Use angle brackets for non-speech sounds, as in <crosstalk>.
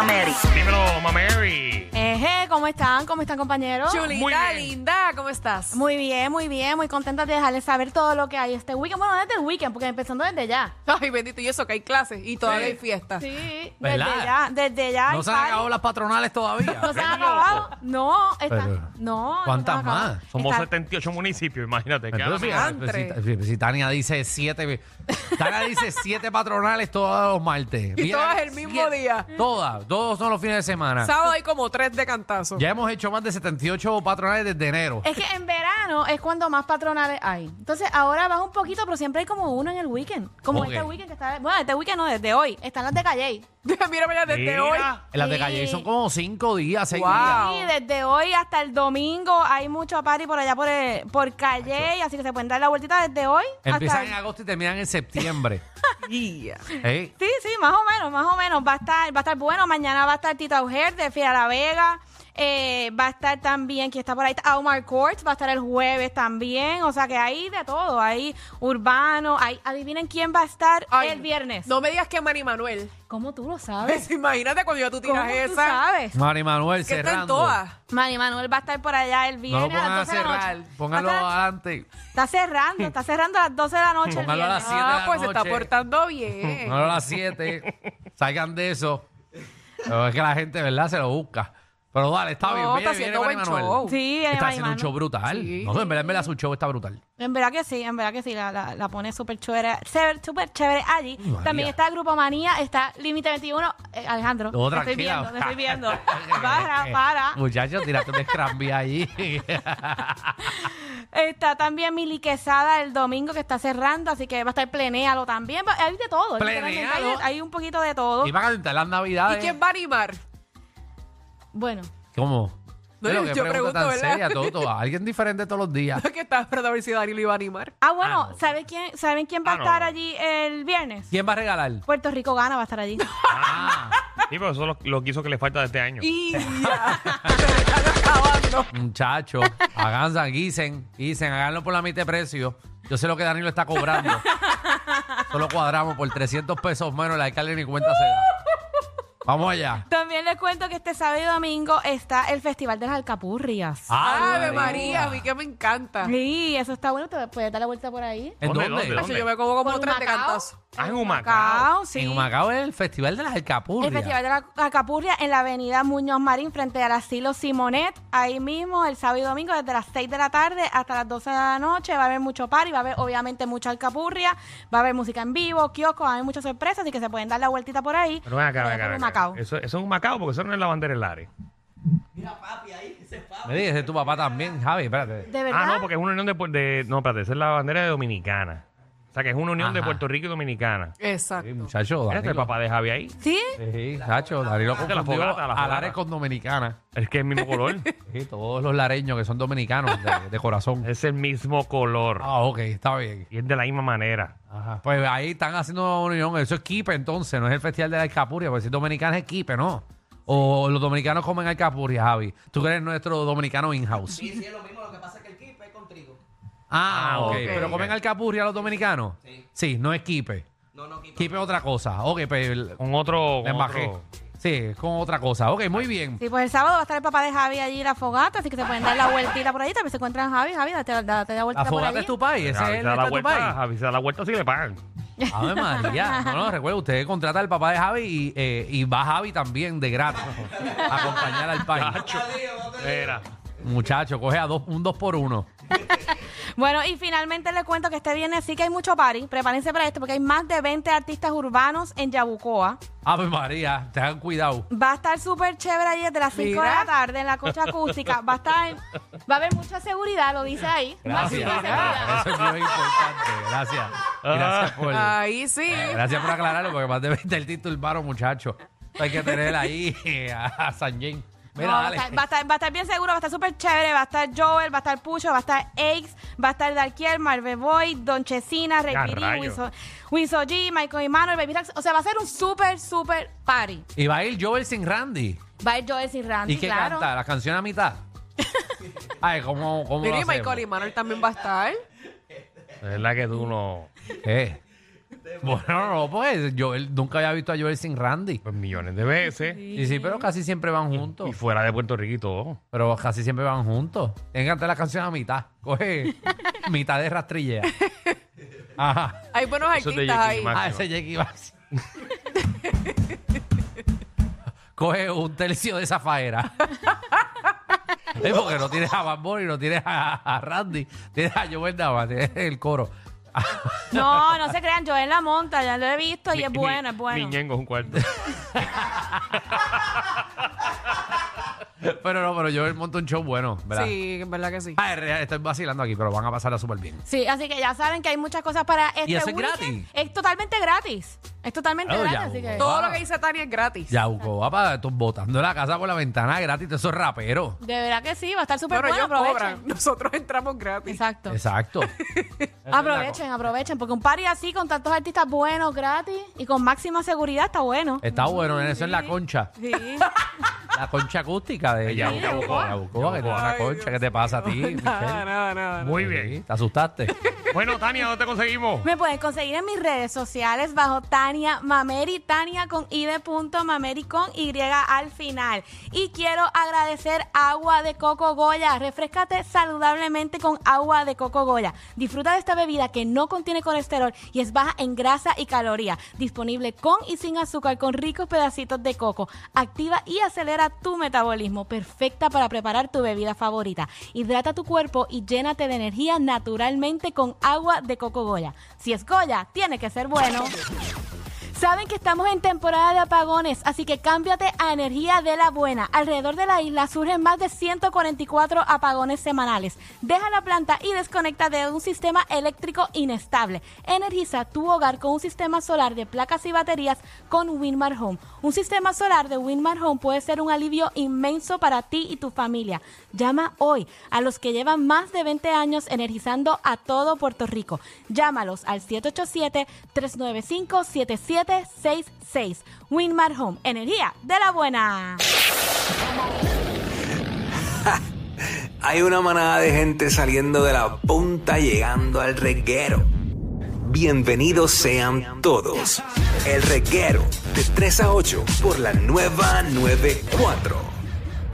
Dímelo, Mameri. Eje, ¿cómo están? ¿Cómo están, compañeros? Muy Chulita, bien. linda, ¿cómo estás? Muy bien, muy bien, muy contenta de dejarles saber todo lo que hay este weekend. Bueno, desde el weekend, porque empezando desde ya. Ay, bendito, y eso que hay clases y todavía hay fiestas. Sí, desde ¿Verdad? ya, desde ya. hay No se han party. acabado las patronales todavía. <laughs> No se han Ven, acabado. loco. No, está, Pero, no. ¿cuántas no se han acabado. más? Somos Está- 78 municipios, imagínate. que Entonces, ahora- antes. si- si, si Tania dice siete, Tania dice siete patronales todos los martes. Y todas el mismo siete- día. Todas, todos son los fines de semana. Sábado hay como tres de cantazo. Ah. Ya hemos hecho más de 78 patronales desde enero. Es que en verano es cuando más patronales hay. Entonces ahora baja un poquito, pero siempre hay como uno en el weekend. Como Ok. este weekend que está. Bueno, este weekend no, desde hoy. Están las de Calle. <laughs> Mira, mira, desde Mira, hoy. En las de sí. Calle son como cinco días, seis Wow. días. Sí, desde hoy hasta el domingo hay mucho party por allá por, el- por Calle, así que se pueden dar la vueltita desde hoy hasta. Empiezan en agosto y terminan en septiembre. Ya. ¿Eh? <laughs> Sí, sí, más o menos, más o menos. Va a estar, va a estar bueno. Mañana va a estar Tita Ujer de Fiera La Vega. Eh, va a estar también, que está por ahí, Omar Courts, va a estar el jueves también. O sea que hay de todo, hay urbano, hay, adivinen quién va a estar Ay, el viernes. No me digas que Manny Manuel. ¿Cómo tú lo sabes? <laughs> Imagínate cuando ya tú ¿Cómo tiras tú esa. sabes? Mari Manuel Que están cerrando. todas. Mari Manuel va a estar por allá el No viernes. lo pongan a las 12 de la cerrar. noche. Pónganlo Va a estar- adelante. Está cerrando, está cerrando a las 12 de la noche. el Póngalo a viernes. las Siete de Ah, la pues se está noche. <laughs> portando bien. Ahora a las 7. Salgan de eso. Pero es que la gente, ¿verdad? Se lo busca. Pero dale, está No, bien. Viene, está viene haciendo Mari buen Manuel. show. Sí, viene Está Mari haciendo un Manuel. show brutal. Sí. No, en verdad, en verdad, su show está brutal. En verdad que sí, en verdad que sí, la, la, la pone súper chévere, chévere- súper chévere allí. María. También está Grupo Manía, está Límite 21. Eh, Alejandro, No, te estoy tranquila. Eh, viendo, <laughs> te estoy viendo. para, para. Muchachos, tírate un <laughs> scrambi ahí. Está también Mili Quesada el domingo que está cerrando, así que va a estar Plenéalo también. Va- Hay de todo, Plenéalo. literalmente, hay, de- hay un poquito de todo. y van a cantar las ¿Y navidades. quién va a animar? <laughs> Bueno, ¿Cómo? No, Pero yo- qué yo pregunta pregunto, tan ¿verdad? seria, Toto. Alguien diferente todos los días. Que estaba para ver si Danilo iba a animar. ah, bueno, Ah, no. ¿saben quién, ¿saben quién va Ah, a no. estar allí el viernes? ¿Quién va a regalar? Puerto Rico Gana va a estar <laughs> allí. Ah, Sí, pero eso es lo, lo que hizo que le falta de este año. Y <laughs> ya. Se están acabando. muchachos. Hagan, guisen, guisen, háganlo por la mitad de precio. Yo sé lo que Danilo está cobrando. Solo cuadramos por 300 pesos menos. La alcalde ni cuenta se da. Vamos allá. También les cuento que este sábado y domingo está el Festival de las Alcapurrias. Ave María, a mí que me encanta. Sí, eso está bueno. Te puedes dar la vuelta por ahí. ¿En ¿Dónde, dónde? dónde, dónde? Yo me como como ¿Por tres de Humacao? cantazo. Ah, en Humacao. sí. En Humacao es el Festival de las Alcapurrias. El Festival de la Acapurria en la avenida Muñoz Marín frente al asilo Simonet. Ahí mismo, el sábado y domingo, desde las 6 de la tarde hasta las 12 de la noche. Va a haber mucho party, va a haber obviamente mucha alcapurria, va a haber música en vivo, kioscos, va a haber muchas sorpresas, así que se pueden dar la vueltita por ahí. Pero ven acá, Por ven acá, por ven acá. Humacao. Eso, eso es un Macao porque eso no es la bandera del área. Me dices de tu papá también, Javi, espérate. ¿De verdad? Ah, no, porque es una unión de, pu- de- No, espérate, esa es la bandera de Dominicana. O sea, que es una unión de Ajá. Puerto Rico y Dominicana. Sí, Exacto. muchacho, Mírate el Danilo. Este papá de Javi ahí. ¿Sí? Sí, Chacho, Danilo Esta es la confundió fogata, la a fogata. Lares con Dominicana. Es que es el mismo <laughs> color. Sí, todos los lareños que son dominicanos de, <laughs> de corazón. es el mismo color. Ah, ok, está bien. Y es de la misma manera. Ajá. Pues ahí están haciendo una unión. Eso es Kipe entonces, no es el Festival de la Alcapurria, porque si es dominicana es Kipe, ¿no? O los dominicanos comen alcapurria, Javi. Tú que eres nuestro dominicano in-house. Sí, sí, es lo mismo. Lo que pasa es que el kipe es con trigo. Ah, Ah, ok. ok, ¿Pero ok. comen alcapurria los dominicanos? Sí. Sí, no es kipe. No, no, kipe. es otra cosa. Ok, pero... el- Con otro. Con Me embajé. otro- Sí, es con otra cosa. Ok, muy bien. Sí, pues el sábado va a estar el papá de Javi allí en la fogata, así que se pueden dar la vueltita por ahí. También se encuentran Javi, Javi, date, date la vueltita La por fogata allí. es tu país. Ese Javi es se el da de la tu vuelta. país. Javi se da la vuelta si le pagan. <laughs> Ave María. No, no, recuerda, usted contrata al papá de Javi y, eh, y va Javi también de gratis a acompañar al país. Cacho. Mira. Muchacho, coge a dos, un dos por uno. Bueno, y finalmente les cuento que este viernes sí que hay mucho party. Prepárense para esto porque hay más de 20 artistas urbanos en Yabucoa. Ave María, tengan cuidado. Va a estar súper chévere ahí desde las 5 de Mira. la tarde en la cocha acústica. Va a estar, va a haber mucha seguridad, lo dice ahí. Gracias. Mucha seguridad. Eso es muy importante. Gracias. Gracias por, Ahí sí. gracias por aclararlo, porque más de 20 el título urbano, muchacho. Hay que tener ahí <laughs> a, a San Jen. Mira, No, va, a dale. estar, va a estar- va a estar bien seguro, va a estar súper chévere. Va a estar Joel, va a estar Pucho, va a estar Aix, va a estar Darkiel, Marvel Boy, Don Chesina, Rey Ya, Piri, rayo. Wiso- Wiso G, Michael Emanuel, Baby Rax. O sea, va a ser un súper, súper party. Y va a ir Joel sin Randy. Va a ir Joel y Randy, ¿Y qué claro. canta? ¿La canción a mitad? <laughs> Ay, ¿cómo, cómo lo Mira, y hacemos? Michael Emanuel también va a estar. Es verdad que tú no. ¿Qué? Bueno, no, pues yo él- nunca había visto a Joel sin Randy. Pues millones de veces. Y sí, pero casi siempre van Y juntos. fuera de Puerto Rico y todo. Pero casi siempre van juntos. Tienen que cantar la canción a mitad. <laughs> Coge mitad de rastrillea. Ajá. Hay buenos Eso es de artistas Jackie ahí. Mac. Ah, ese Jackie Bass. <laughs> Coge un tercio de esa faera. <laughs> es porque no tienes a Bad Bunny, no tienes a, a Randy, tienes a Joel Dama, tienes el coro. <laughs> No, no se crean, yo en la monta, ya lo he visto y Mi- es mi- bueno, es Mi bueno. ñengo es un cuarto. <laughs> pero no, pero Joel monta un show bueno, ¿verdad? Sí, en verdad que sí. Ah, es real, estoy vacilando aquí, pero van a pasarla súper bien. Sí, así que ya saben que hay muchas cosas para este eso es weekend. gratis? Es totalmente gratis. Es totalmente Ah, ya, gratis, así que... todo. Todo lo que dice Tania es gratis. Yauco, va para tus botando la casa por la ventana gratis, todos esos raperos. De verdad que sí, va a estar súper Pero bueno, ellos aprovechen. cobran. <laughs> Nosotros entramos gratis. <laughs> Exacto. Exacto. Aprovechen, aprovechen, porque un party así con tantos artistas buenos, gratis y con máxima seguridad está bueno. Está bueno, eso es la concha. Sí. La concha acústica de Ya, ya, Yauco. ya, Yauco, que ya, te ya. da la Ay, concha, Dios ¿qué te pasa a ti, mío. Michelle? Nada, nada, nada. Muy Sí, bien. Te asustaste. Bueno, Tania, ¿dónde te conseguimos? Me pueden conseguir en mis redes sociales bajo Tania Mameri, Tania con i de punto, Mameri con Y al final. Y quiero agradecer Agua de Coco Goya. Refrescate saludablemente con Agua de Coco Goya. Disfruta de esta bebida que no contiene colesterol y es baja en grasa y caloría. Disponible con y sin azúcar con ricos pedacitos de coco. Activa y acelera tu metabolismo. Perfecta para preparar tu bebida favorita. Hidrata tu cuerpo y llénate de energía naturalmente con agua de coco Goya. Si es Goya, tiene que ser bueno. Saben que estamos en temporada de apagones, así que cámbiate a energía de la buena. Alrededor de la isla surgen más de 144 apagones semanales. Deja la planta y desconecta de un sistema eléctrico inestable. Energiza tu hogar con un sistema solar de placas y baterías con Winmar Home. Un sistema solar de Winmar Home puede ser un alivio inmenso para ti y tu familia. Llama hoy a los que llevan más de 20 años energizando a todo Puerto Rico. Llámalos al 787-395-7766. Winmar Home, energía de la buena. Hay una manada de gente saliendo de la punta llegando al reguero. Bienvenidos sean todos. El reguero de 3 a 8 por la nueva 94.